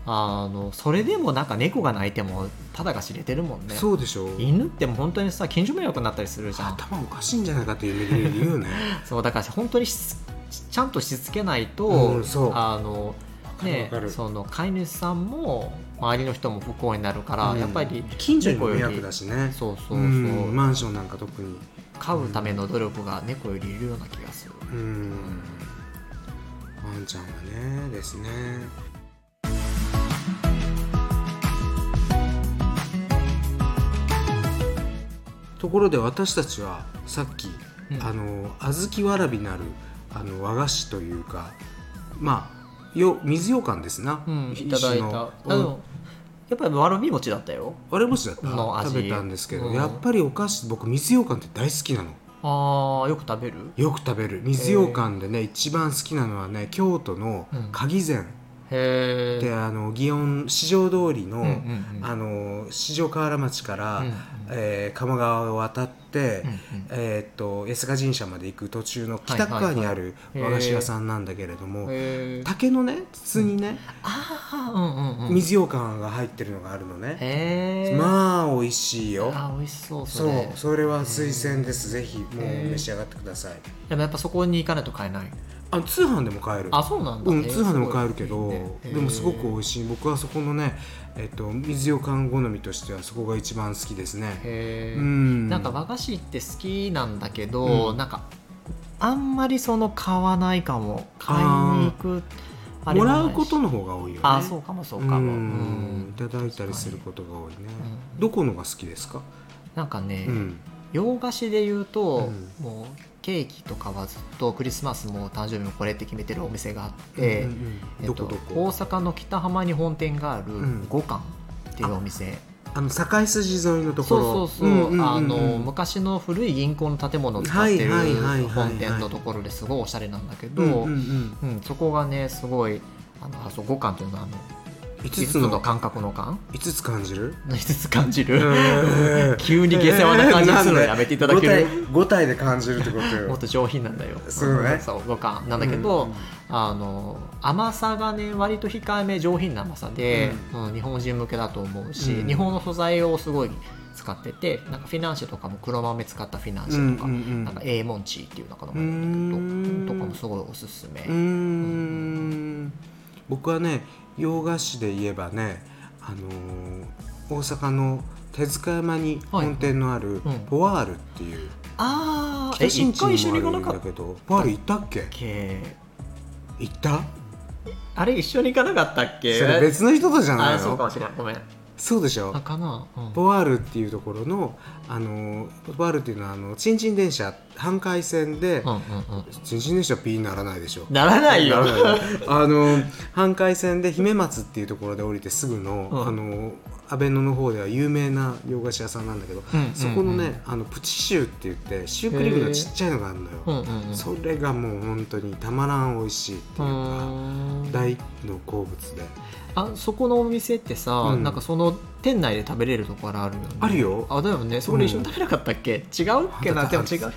[SPEAKER 2] のそれでもなんか猫が泣いてもただが知れてるもんね
[SPEAKER 3] そうでしょ
[SPEAKER 2] 犬ってもう本当にさ近所迷惑になったりするじゃん
[SPEAKER 3] 頭おかしいんじゃないかっていう目で 言うね
[SPEAKER 2] そうだから本当にしつちゃんとしつけないと、
[SPEAKER 3] うんそう
[SPEAKER 2] あの
[SPEAKER 3] かるわ
[SPEAKER 2] ね
[SPEAKER 3] かる
[SPEAKER 2] その飼い主さんも周りの人も不幸になるから、
[SPEAKER 3] うん
[SPEAKER 2] やっぱり
[SPEAKER 3] 近所にも
[SPEAKER 2] 猫よ
[SPEAKER 3] 迷
[SPEAKER 2] り
[SPEAKER 3] 惑だしね
[SPEAKER 2] そうそうそう、
[SPEAKER 3] んマンションなんか特に
[SPEAKER 2] 飼うための努力が猫よりいるような気がする、
[SPEAKER 3] うんワンちゃんはねですねところで私たちはさっき、
[SPEAKER 2] うん
[SPEAKER 3] あの小豆わらびなるあの和菓子というかまあよ水羊羹ですな、
[SPEAKER 2] うん、い
[SPEAKER 3] 一
[SPEAKER 2] ただ
[SPEAKER 3] 種
[SPEAKER 2] いた
[SPEAKER 3] の
[SPEAKER 2] あでもやっぱりわらび餅だったよ
[SPEAKER 3] あれもしだった
[SPEAKER 2] の味
[SPEAKER 3] 食べたんですけど、
[SPEAKER 2] うん
[SPEAKER 3] やっぱりお菓子僕水羊羹って大好きなの
[SPEAKER 2] あーよく食べる
[SPEAKER 3] よく食べる水羊羹でね、一番好きなのはね京都の
[SPEAKER 2] うん
[SPEAKER 3] 鍵膳、
[SPEAKER 2] へ
[SPEAKER 3] で
[SPEAKER 2] え
[SPEAKER 3] あの祇園市場通りの、
[SPEAKER 2] うんうんうん
[SPEAKER 3] あの市場河原町から、
[SPEAKER 2] うんうん
[SPEAKER 3] えー鴨川を渡って、
[SPEAKER 2] うんうん
[SPEAKER 3] えーっと安賀神社まで行く途中の
[SPEAKER 2] はいは
[SPEAKER 3] 北
[SPEAKER 2] い
[SPEAKER 3] 側にある
[SPEAKER 2] へー
[SPEAKER 3] 和菓子屋さんなんだけれども、
[SPEAKER 2] へえ
[SPEAKER 3] 竹のね筒にね、
[SPEAKER 2] ああうんうんうん
[SPEAKER 3] 水羊羹が入ってるのがあるのね、
[SPEAKER 2] へえ
[SPEAKER 3] まあ美味しいよ
[SPEAKER 2] あー美味しそうそ
[SPEAKER 3] そう
[SPEAKER 2] れ
[SPEAKER 3] それは推薦ですぜひもう
[SPEAKER 2] へー
[SPEAKER 3] 召し上がってください
[SPEAKER 2] でもやっぱそこに行かないと買えない
[SPEAKER 3] あ通販でも買える
[SPEAKER 2] あそうなんだ、
[SPEAKER 3] うん、
[SPEAKER 2] へー
[SPEAKER 3] 通販でも買えるけ
[SPEAKER 2] ご
[SPEAKER 3] ど、
[SPEAKER 2] いねへー
[SPEAKER 3] でもすごく美味しい僕はそこのね、えっと、水ようかん好みとしてはそこが一番好きですね
[SPEAKER 2] へー
[SPEAKER 3] うん
[SPEAKER 2] なんか和菓子って好きなんだけど、
[SPEAKER 3] うん
[SPEAKER 2] なんかあんまりその買わないかも買いに行くあれ
[SPEAKER 3] も
[SPEAKER 2] もないし
[SPEAKER 3] らうことの方が多いよね
[SPEAKER 2] あそうかもそうかも、
[SPEAKER 3] ん
[SPEAKER 2] うん
[SPEAKER 3] いただいたりすることが多いね、
[SPEAKER 2] うん
[SPEAKER 3] どこのが好きですか、
[SPEAKER 2] なんかね、
[SPEAKER 3] うん
[SPEAKER 2] 洋菓子で言うと、
[SPEAKER 3] う
[SPEAKER 2] もうケーキとかはずっとクリスマスも誕生日もこれって決めてるお店があって、
[SPEAKER 3] うんうん
[SPEAKER 2] えっ
[SPEAKER 3] ど
[SPEAKER 2] と
[SPEAKER 3] こど
[SPEAKER 2] 大
[SPEAKER 3] こ
[SPEAKER 2] 阪の北浜に本店がある
[SPEAKER 3] ん
[SPEAKER 2] 五感っていうお店、
[SPEAKER 3] あの堺筋沿いのとこ
[SPEAKER 2] そう
[SPEAKER 3] ろ
[SPEAKER 2] そうそう,、
[SPEAKER 3] んんんん
[SPEAKER 2] あの昔の古い銀行の建物を使ってる
[SPEAKER 3] はいはいはいはい
[SPEAKER 2] 本店のところですごいおしゃれなんだけど、
[SPEAKER 3] うんうんう
[SPEAKER 2] う
[SPEAKER 3] ん
[SPEAKER 2] んそこがねすごいあのあそう五感というのはあの
[SPEAKER 3] 5
[SPEAKER 2] 5
[SPEAKER 3] つ
[SPEAKER 2] つの
[SPEAKER 3] の
[SPEAKER 2] 感覚の感
[SPEAKER 3] 5つ感じる
[SPEAKER 2] 5つ感じ
[SPEAKER 3] う
[SPEAKER 2] る
[SPEAKER 3] ん
[SPEAKER 2] 急に下世話な感じするのやめていただける
[SPEAKER 3] なんで五体五体で感じるってこと
[SPEAKER 2] もっ
[SPEAKER 3] よ
[SPEAKER 2] と上品なんだよ
[SPEAKER 3] そうね
[SPEAKER 2] そう五感なんだけど、
[SPEAKER 3] うん
[SPEAKER 2] あの甘さがね割と控えめ上品な甘さで、うん日本人向けだと思うし、
[SPEAKER 3] うん
[SPEAKER 2] 日本の素材をすごい使っててなんかフィナンシェとかも黒豆使ったフィナンシェとか、
[SPEAKER 3] うんうんうん
[SPEAKER 2] なんかエーモンチーっていう仲間
[SPEAKER 3] うー
[SPEAKER 2] とかも
[SPEAKER 3] ん
[SPEAKER 2] すごいおすすめ、
[SPEAKER 3] うーん僕はね洋菓子で言えばね、あのー大阪の手塚山に
[SPEAKER 2] はい
[SPEAKER 3] 本店のあ
[SPEAKER 2] う
[SPEAKER 3] る
[SPEAKER 2] ん
[SPEAKER 3] ポワールっていう、
[SPEAKER 2] ああ
[SPEAKER 3] 北
[SPEAKER 2] え
[SPEAKER 3] 新
[SPEAKER 2] 一
[SPEAKER 3] 地
[SPEAKER 2] 回一緒に
[SPEAKER 3] に
[SPEAKER 2] 行
[SPEAKER 3] も
[SPEAKER 2] か
[SPEAKER 3] あ
[SPEAKER 2] なんか
[SPEAKER 3] るだ
[SPEAKER 2] ったっ
[SPEAKER 3] けどポワール行ったっけ
[SPEAKER 2] け
[SPEAKER 3] 行った
[SPEAKER 2] あれ一緒に行かなかったっ
[SPEAKER 3] そ
[SPEAKER 2] け
[SPEAKER 3] れ別の人とじゃ
[SPEAKER 2] あ
[SPEAKER 3] ない
[SPEAKER 2] そうかも
[SPEAKER 3] の
[SPEAKER 2] しれないごめん
[SPEAKER 3] そうでしょ
[SPEAKER 2] あかな、うん
[SPEAKER 3] ポワールっていうところの、あのーポワールっていうのはあのチンチン電車半回線で、
[SPEAKER 2] うんうんうん
[SPEAKER 3] チンチン電車はピーにならないでしょ
[SPEAKER 2] ならないよ
[SPEAKER 3] ならないあの半海線で姫松っていうところで降りてすぐの、
[SPEAKER 2] うん
[SPEAKER 3] あの阿倍野の方では有名な洋菓子屋さんなんだけど、
[SPEAKER 2] うん
[SPEAKER 3] そこのね、
[SPEAKER 2] うんうん
[SPEAKER 3] あのプチシューって言ってシュークリームのちっちゃいのがあるのよ、
[SPEAKER 2] うんうんうん
[SPEAKER 3] それがもう本当にたまらん美味しいっていう
[SPEAKER 2] う
[SPEAKER 3] か、
[SPEAKER 2] ーん
[SPEAKER 3] 大の好物で
[SPEAKER 2] あそこのお店ってさ、
[SPEAKER 3] うん
[SPEAKER 2] なんかその店内で食べれるところあるよね
[SPEAKER 3] あるよ
[SPEAKER 2] あだよねそこで一緒に食べなかったっけ、違うっけな
[SPEAKER 3] あ
[SPEAKER 2] でも
[SPEAKER 3] だっ
[SPEAKER 2] 違
[SPEAKER 3] た
[SPEAKER 2] う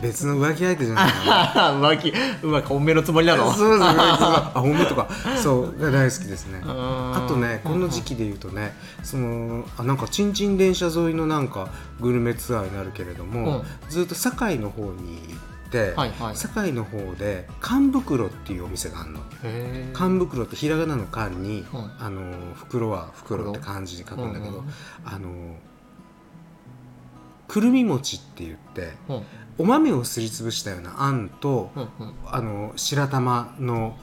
[SPEAKER 3] 別の浮気相手じゃな いかな
[SPEAKER 2] 浮気うまく本命のつもりなの
[SPEAKER 3] そうそうそうそうあ本当とかそうが大好きですね
[SPEAKER 2] あ
[SPEAKER 3] あとねこの時期で言うとねそのあなんかちんちん電車沿いのなんかグルメツアーになるけれども、
[SPEAKER 2] うん
[SPEAKER 3] ずっと堺の方に行って、
[SPEAKER 2] はいはい
[SPEAKER 3] 堺の方で缶袋っていうお店があるの。
[SPEAKER 2] へー
[SPEAKER 3] 缶袋ってひらがなの缶に、
[SPEAKER 2] うん
[SPEAKER 3] あの袋は袋って
[SPEAKER 2] 袋
[SPEAKER 3] 漢字に書くんだけど、
[SPEAKER 2] うん
[SPEAKER 3] あのくるみ餅って言って
[SPEAKER 2] うんうん
[SPEAKER 3] お豆をすりつぶしたようなあんと、
[SPEAKER 2] うんうん
[SPEAKER 3] あの白玉の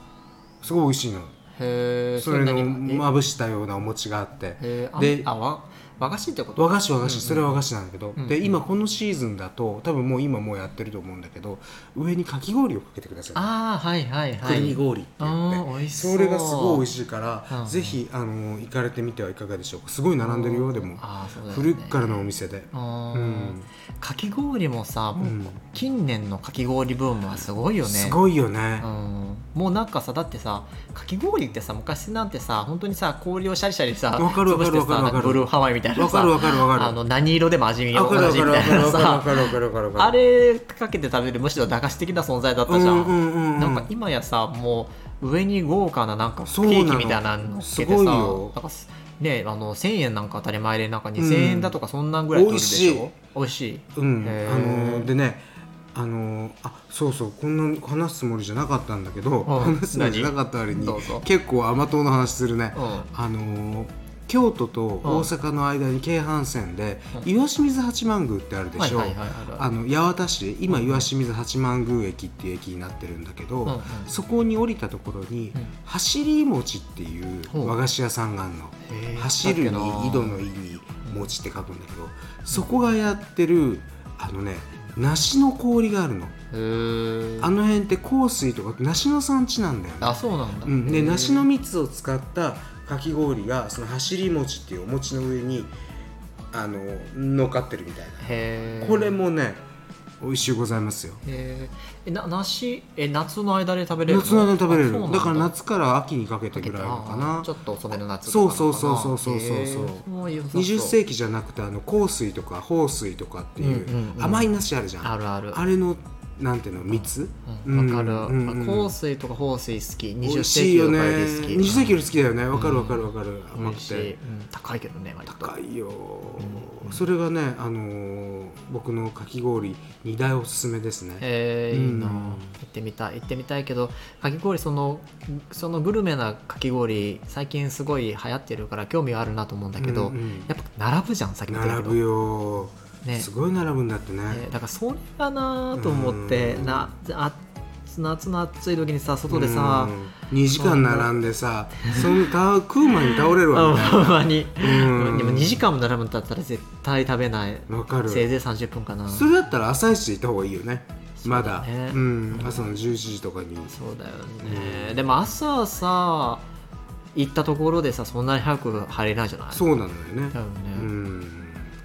[SPEAKER 3] すごい美味しいの
[SPEAKER 2] へー
[SPEAKER 3] それ
[SPEAKER 2] 何
[SPEAKER 3] の
[SPEAKER 2] がえ
[SPEAKER 3] まぶしたようなお餅があって
[SPEAKER 2] へーあ
[SPEAKER 3] で
[SPEAKER 2] あわ和菓子ってこと
[SPEAKER 3] 和菓子和菓
[SPEAKER 2] うんうん
[SPEAKER 3] 子それは和菓子なんだけど、
[SPEAKER 2] うん
[SPEAKER 3] で今このシーズンだと多分もう今もうやってると思うんだけど上にかき氷をかけてください、
[SPEAKER 2] ああはいはいはい
[SPEAKER 3] くるみ氷って言
[SPEAKER 2] あ
[SPEAKER 3] っ
[SPEAKER 2] ー美
[SPEAKER 3] て
[SPEAKER 2] 味しそう
[SPEAKER 3] それがすごい美味しいから、
[SPEAKER 2] うん
[SPEAKER 3] ぜひあの行かれてみてはいかがでしょうかすごい並んでるよでも、
[SPEAKER 2] あーそうだよね
[SPEAKER 3] 古くからのお店で、
[SPEAKER 2] あ
[SPEAKER 3] う
[SPEAKER 2] ー
[SPEAKER 3] ん
[SPEAKER 2] かき氷もさ、もう
[SPEAKER 3] うん
[SPEAKER 2] 近年のかき氷ブームはすごいよね
[SPEAKER 3] すごいよね
[SPEAKER 2] う、ん、もうなんかさだってさかき氷ってさ昔なんてさ本当にさ氷をシャリシャリさ
[SPEAKER 3] わかる
[SPEAKER 2] 潰
[SPEAKER 3] わか
[SPEAKER 2] して
[SPEAKER 3] るわかる
[SPEAKER 2] さ
[SPEAKER 3] わ
[SPEAKER 2] なんか
[SPEAKER 3] かる
[SPEAKER 2] ブルーハワイみたいな
[SPEAKER 3] わかるわ
[SPEAKER 2] さ
[SPEAKER 3] かるわか
[SPEAKER 2] あ
[SPEAKER 3] る
[SPEAKER 2] の何色でも味見が
[SPEAKER 3] わかる
[SPEAKER 2] 同
[SPEAKER 3] わ
[SPEAKER 2] じ
[SPEAKER 3] か
[SPEAKER 2] み
[SPEAKER 3] る
[SPEAKER 2] た
[SPEAKER 3] わ
[SPEAKER 2] い
[SPEAKER 3] かる
[SPEAKER 2] な
[SPEAKER 3] わかるわ
[SPEAKER 2] さ
[SPEAKER 3] かるわかるわかる
[SPEAKER 2] あれかけて食べるむしろ駄菓子的な存在だったじゃん,、
[SPEAKER 3] うんうんうん、
[SPEAKER 2] なんか今やさもう上に豪華ななんかケ
[SPEAKER 3] そうなの
[SPEAKER 2] ーキみたいなの乗っけてさ
[SPEAKER 3] すごいよ
[SPEAKER 2] なんかすねあの1000円なんか当たり前でなんか2000円だとかそんなんぐらい取るでし
[SPEAKER 3] 美味し
[SPEAKER 2] ょ、美味しい
[SPEAKER 3] うん、
[SPEAKER 2] へー
[SPEAKER 3] あのでねあのあそうそうこんな話すつもりじゃなかったんだけど、
[SPEAKER 2] うん
[SPEAKER 3] 話すつもりじゃなかった割に
[SPEAKER 2] 何どうぞ
[SPEAKER 3] 結構甘党の話するね、
[SPEAKER 2] うん
[SPEAKER 3] あの京都と大阪の間に京阪線で、
[SPEAKER 2] うん
[SPEAKER 3] 岩清水八幡宮ってあるでしょ、
[SPEAKER 2] はいはいはいはいはい
[SPEAKER 3] あの八幡市今
[SPEAKER 2] うん
[SPEAKER 3] 岩清水八幡宮駅っていう駅になってるんだけど、
[SPEAKER 2] うんうん
[SPEAKER 3] そこに降りたところに、
[SPEAKER 2] うん
[SPEAKER 3] 走り餅っていう和菓子屋さんがあるの。
[SPEAKER 2] へー
[SPEAKER 3] 走るに井戸の井に餅って書くんだけどそこがやってるあのね梨の氷があるの
[SPEAKER 2] へー
[SPEAKER 3] あの辺って香水とか梨の産地なんだよね
[SPEAKER 2] あそうなんだ、
[SPEAKER 3] うん、
[SPEAKER 2] へ
[SPEAKER 3] で
[SPEAKER 2] ー
[SPEAKER 3] 梨の蜜を使ったかき氷がその走り餅っていうお餅の上にあの乗っかってるみたい
[SPEAKER 2] へ
[SPEAKER 3] な
[SPEAKER 2] ー
[SPEAKER 3] これもね美味しゅうございますよ
[SPEAKER 2] へーえな梨え夏の間で食べれるの
[SPEAKER 3] 夏の間食べれ
[SPEAKER 2] あ
[SPEAKER 3] る
[SPEAKER 2] そうなん
[SPEAKER 3] だから夏から秋にかけてぐらいのか
[SPEAKER 2] あ
[SPEAKER 3] な
[SPEAKER 2] ちょっと遅めの夏
[SPEAKER 3] そうそうそうそうそうそうそう20
[SPEAKER 2] 20
[SPEAKER 3] 世紀じゃなくてあの香水とか豊水とかってい
[SPEAKER 2] うんうんう
[SPEAKER 3] うん甘い梨あるじゃん、
[SPEAKER 2] あるある
[SPEAKER 3] あれのなんていうの蜜
[SPEAKER 2] うんわ、かる、
[SPEAKER 3] うんうん
[SPEAKER 2] 香水とか香水好き
[SPEAKER 3] 美
[SPEAKER 2] 20
[SPEAKER 3] 味
[SPEAKER 2] 世
[SPEAKER 3] しい
[SPEAKER 2] 紀
[SPEAKER 3] よ
[SPEAKER 2] より
[SPEAKER 3] ね
[SPEAKER 2] 好き
[SPEAKER 3] 20世紀より好きだよねわかるわかるわかる
[SPEAKER 2] 美
[SPEAKER 3] 甘
[SPEAKER 2] 味
[SPEAKER 3] く
[SPEAKER 2] しい、
[SPEAKER 3] て
[SPEAKER 2] うん、高いけどね割と
[SPEAKER 3] 高
[SPEAKER 2] い
[SPEAKER 3] いよそれがねあのー僕のかき氷2大おすすめですね
[SPEAKER 2] えー、いいな、
[SPEAKER 3] うん
[SPEAKER 2] 行ってみたい行ってみたいけどかき氷そのそのグルメなかき氷最近すごい流行ってるから興味はあるなと思うんだけど、
[SPEAKER 3] うんうん
[SPEAKER 2] やっぱ並ぶじゃんさっきも言った
[SPEAKER 3] 並
[SPEAKER 2] けど
[SPEAKER 3] ぶよ
[SPEAKER 2] ね
[SPEAKER 3] すごい並ぶんだってね
[SPEAKER 2] ねだからそれだなと思って
[SPEAKER 3] うん
[SPEAKER 2] なあ夏の暑い時にさ外でさ
[SPEAKER 3] うん2時間並んでさそのた食う前に倒れるわみ たい
[SPEAKER 2] ほんまに、
[SPEAKER 3] うん
[SPEAKER 2] でも2時間も並ぶんだったら絶対食べない
[SPEAKER 3] なわかる
[SPEAKER 2] せいぜい30分かな
[SPEAKER 3] そ
[SPEAKER 2] そ
[SPEAKER 3] れだったら朝一で行った方がいいよねまだ
[SPEAKER 2] そうだね
[SPEAKER 3] うん、朝の11時とかに
[SPEAKER 2] うだよね、でも朝さ行ったところでさそんなに早く入れないじゃない
[SPEAKER 3] そうなのよね
[SPEAKER 2] だよね、
[SPEAKER 3] うん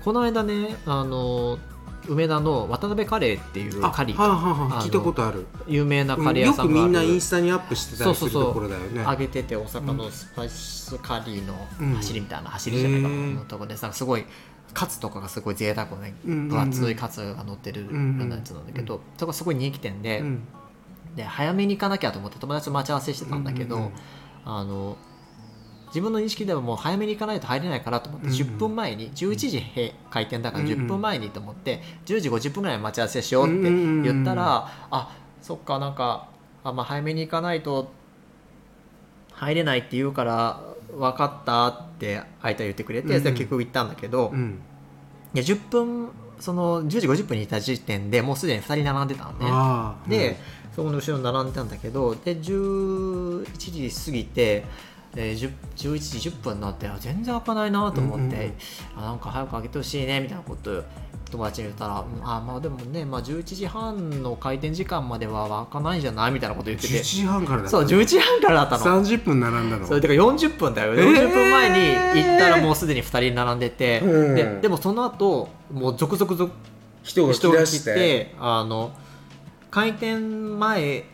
[SPEAKER 2] この間ねあの梅田の渡辺カレーっていうカリー
[SPEAKER 3] あは
[SPEAKER 2] か
[SPEAKER 3] あはあ
[SPEAKER 2] あ
[SPEAKER 3] はあ
[SPEAKER 2] の
[SPEAKER 3] 聞いたことある
[SPEAKER 2] 有名なカレー
[SPEAKER 3] よ
[SPEAKER 2] 屋さ
[SPEAKER 3] く
[SPEAKER 2] んがあ
[SPEAKER 3] みんなイ
[SPEAKER 2] る
[SPEAKER 3] ンスタにアップしてたりするところだよね
[SPEAKER 2] 揚げてて大阪のスパイスカリーの
[SPEAKER 3] うん
[SPEAKER 2] 走りみたいな走りじゃないかな
[SPEAKER 3] うん
[SPEAKER 2] のとこでさすごいカツとかがすごい贅沢な
[SPEAKER 3] うんうんうん
[SPEAKER 2] 分厚いカツが乗ってるようなやつなんだけど、そこすごい人気店で,、
[SPEAKER 3] うん
[SPEAKER 2] で早めに行かなきゃと思って友達と待ち合わせしてたんだけど、
[SPEAKER 3] うんうんうん
[SPEAKER 2] あの自分の認識ではもう早めに行かないと入れないからと思って、
[SPEAKER 3] うんうん
[SPEAKER 2] 10分前に11時閉開店だから
[SPEAKER 3] うんうん
[SPEAKER 2] 10分前にと思って、10時50分ぐらいに待ち合わせしようって
[SPEAKER 3] うんうんうん
[SPEAKER 2] 言ったら、あそっかなんかあ、まあ、早めに行かないと入れないって言うから分かったって相手は言ってくれて、
[SPEAKER 3] うんうん
[SPEAKER 2] それは結局行ったんだけど、
[SPEAKER 3] うん
[SPEAKER 2] で10分その10時50分にいた時点でもうすでに2人並んでたのね。
[SPEAKER 3] ああ
[SPEAKER 2] で、そこの後ろに並んでたんだけどで11時過ぎて、えー、10 11時10分になってあ全然開かないなと思って、
[SPEAKER 3] うんうんうん
[SPEAKER 2] あなんか早く開けてほしいねみたいなこと友達に言ったら、うんあまあでもね、まあ、11時半の開店時間までは開かないんじゃないみたいなこと言って
[SPEAKER 3] 11
[SPEAKER 2] て
[SPEAKER 3] 時半からだ
[SPEAKER 2] そう11時半からだったの。
[SPEAKER 3] 30分並んだの
[SPEAKER 2] それだから40分だよ、40分前に行ったらもうすでに2人並んでて、
[SPEAKER 3] うん
[SPEAKER 2] ででもその後もう続々続
[SPEAKER 3] 人が
[SPEAKER 2] 人
[SPEAKER 3] 来
[SPEAKER 2] が
[SPEAKER 3] だ
[SPEAKER 2] 来
[SPEAKER 3] して
[SPEAKER 2] てあの開店前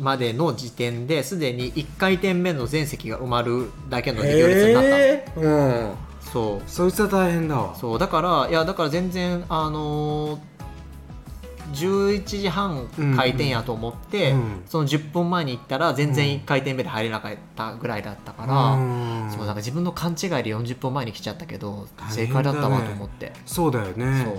[SPEAKER 2] までの時点ですでに1回転目の全席が埋まるだけの行列になったの、
[SPEAKER 3] ええうん
[SPEAKER 2] そう
[SPEAKER 3] そいつは大変だわ
[SPEAKER 2] そうだからいやだから全然あのー11時半開店やと思って、
[SPEAKER 3] うんうん
[SPEAKER 2] その10分前に行ったら全然1回転目で入れなかったぐらいだったから、
[SPEAKER 3] うん
[SPEAKER 2] そうなんか自分の勘違いで40分前に来ちゃったけど
[SPEAKER 3] 大
[SPEAKER 2] 正
[SPEAKER 3] 変だね
[SPEAKER 2] 解だったわと思って、
[SPEAKER 3] そうだよね
[SPEAKER 2] そう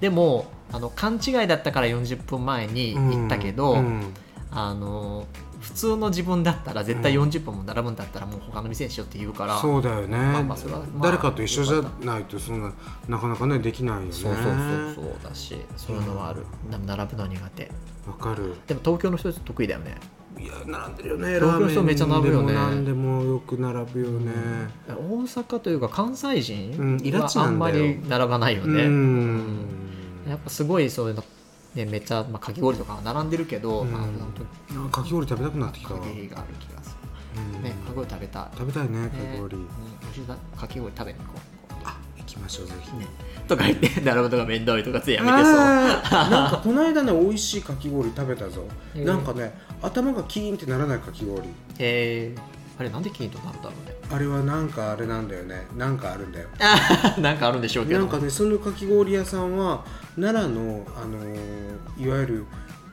[SPEAKER 2] でもあの勘違いだったから40分前に行ったけど、
[SPEAKER 3] うん
[SPEAKER 2] あの普通の自分だったら絶対
[SPEAKER 3] う
[SPEAKER 2] 40分も並ぶんだったらもう他の店にしようって言うから、
[SPEAKER 3] そうだよね、
[SPEAKER 2] あまあそれはまあ
[SPEAKER 3] 誰かと一緒じゃないとそんななかなかねできないよね
[SPEAKER 2] そうそうそうそうだしそういうのはある、でも並ぶのは苦手
[SPEAKER 3] わかる
[SPEAKER 2] でも東京の人たち得意だよね
[SPEAKER 3] いや並んでるよね
[SPEAKER 2] 東京の人めっちゃ並ぶよね
[SPEAKER 3] ラーメンでも何でもよく並ぶよね
[SPEAKER 2] 大阪というか関西
[SPEAKER 3] うん
[SPEAKER 2] 人
[SPEAKER 3] いら
[SPEAKER 2] は
[SPEAKER 3] ち
[SPEAKER 2] あ
[SPEAKER 3] なんんだ
[SPEAKER 2] ま
[SPEAKER 3] よ
[SPEAKER 2] り並ばないよね、
[SPEAKER 3] うん
[SPEAKER 2] やっぱすごいそういうの、ね、めっちゃ、まあ、かき氷とかは並んでるけど、
[SPEAKER 3] うん
[SPEAKER 2] あの時
[SPEAKER 3] あかき氷食べたくなってきたわ、
[SPEAKER 2] 限りがある気がす
[SPEAKER 3] う
[SPEAKER 2] る
[SPEAKER 3] ん
[SPEAKER 2] ねかき氷食べたいね
[SPEAKER 3] 食べたいねかき氷、
[SPEAKER 2] うん美味しいだかき氷食べに行こ
[SPEAKER 3] あ行きましょうぜひ
[SPEAKER 2] う、ね、とか言って 並ぶとか面倒いとかついやめてそう
[SPEAKER 3] あー なんかこの間ね美味しいかき氷食べたぞ、
[SPEAKER 2] えー
[SPEAKER 3] なんかね頭がキーンってならないかき氷
[SPEAKER 2] えー、あれなんで金となるんだろうね
[SPEAKER 3] あれはなんかあれなんだよねなんかあるんだよ
[SPEAKER 2] なんかあるんでしょうけ
[SPEAKER 3] な
[SPEAKER 2] ど
[SPEAKER 3] んかねそのかき氷屋さんは奈良の、あのーいわゆる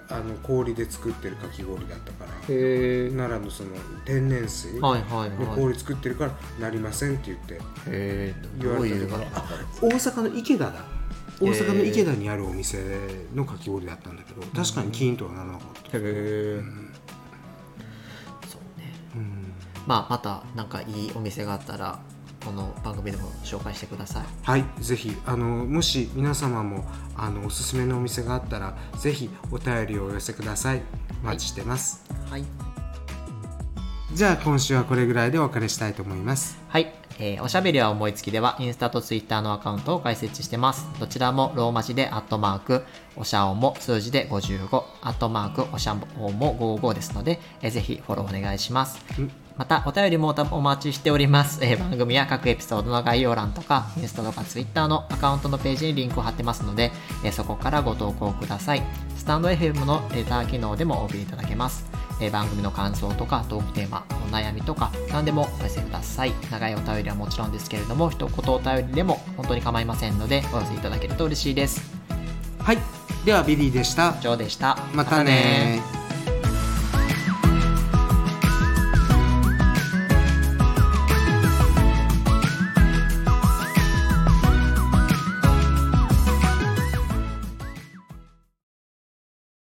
[SPEAKER 3] あの氷で作ってるかき氷だったから
[SPEAKER 2] へ
[SPEAKER 3] 奈良のその天然水の
[SPEAKER 2] はいはいはい
[SPEAKER 3] 氷作ってるからなりませんって言って
[SPEAKER 2] へえ
[SPEAKER 3] 言
[SPEAKER 2] ど
[SPEAKER 3] わ
[SPEAKER 2] う
[SPEAKER 3] れ
[SPEAKER 2] いう
[SPEAKER 3] た
[SPEAKER 2] わ
[SPEAKER 3] け
[SPEAKER 2] け
[SPEAKER 3] ど
[SPEAKER 2] なん
[SPEAKER 3] あ
[SPEAKER 2] だろう
[SPEAKER 3] 大阪の池田
[SPEAKER 2] へ
[SPEAKER 3] だ大
[SPEAKER 2] ー
[SPEAKER 3] 阪の池田にあるお店のかき氷だったんだけど確かにキーンとはならなかった、
[SPEAKER 2] へえそうね
[SPEAKER 3] うん
[SPEAKER 2] まあまたなんかいいお店があったらこの番組でも紹介してください
[SPEAKER 3] はい、ぜひあのもし皆様もあのおすすめのお店があったらぜひお便りをお寄せくださいお待ちしてます、
[SPEAKER 2] はい
[SPEAKER 3] じゃあ今週はこれぐらいでお別れしたいと思います
[SPEAKER 2] はい、えーおしゃべりは思いつきではインスタとツイッターのアカウントを開設してますどちらもローマ字でアットマークおしゃおも数字で55アットマークおしゃおも55ですので、えーぜひフォローお願いします
[SPEAKER 3] うん
[SPEAKER 2] またお便りもおたお待ちしております、えー番組や各エピソードの概要欄とかインスタとかツイッターのアカウントのページにリンクを貼ってますので、えーそこからご投稿くださいスタンド FM のレター機能でもお送りいただけます、えー番組の感想とかトークテーマお悩みとか何でもお寄せください長いお便りはもちろんですけれども一言お便りでも本当に構いませんのでお寄せいただけると嬉しいです
[SPEAKER 3] はいではビリーでした
[SPEAKER 2] 以上でした
[SPEAKER 3] またね
[SPEAKER 2] ー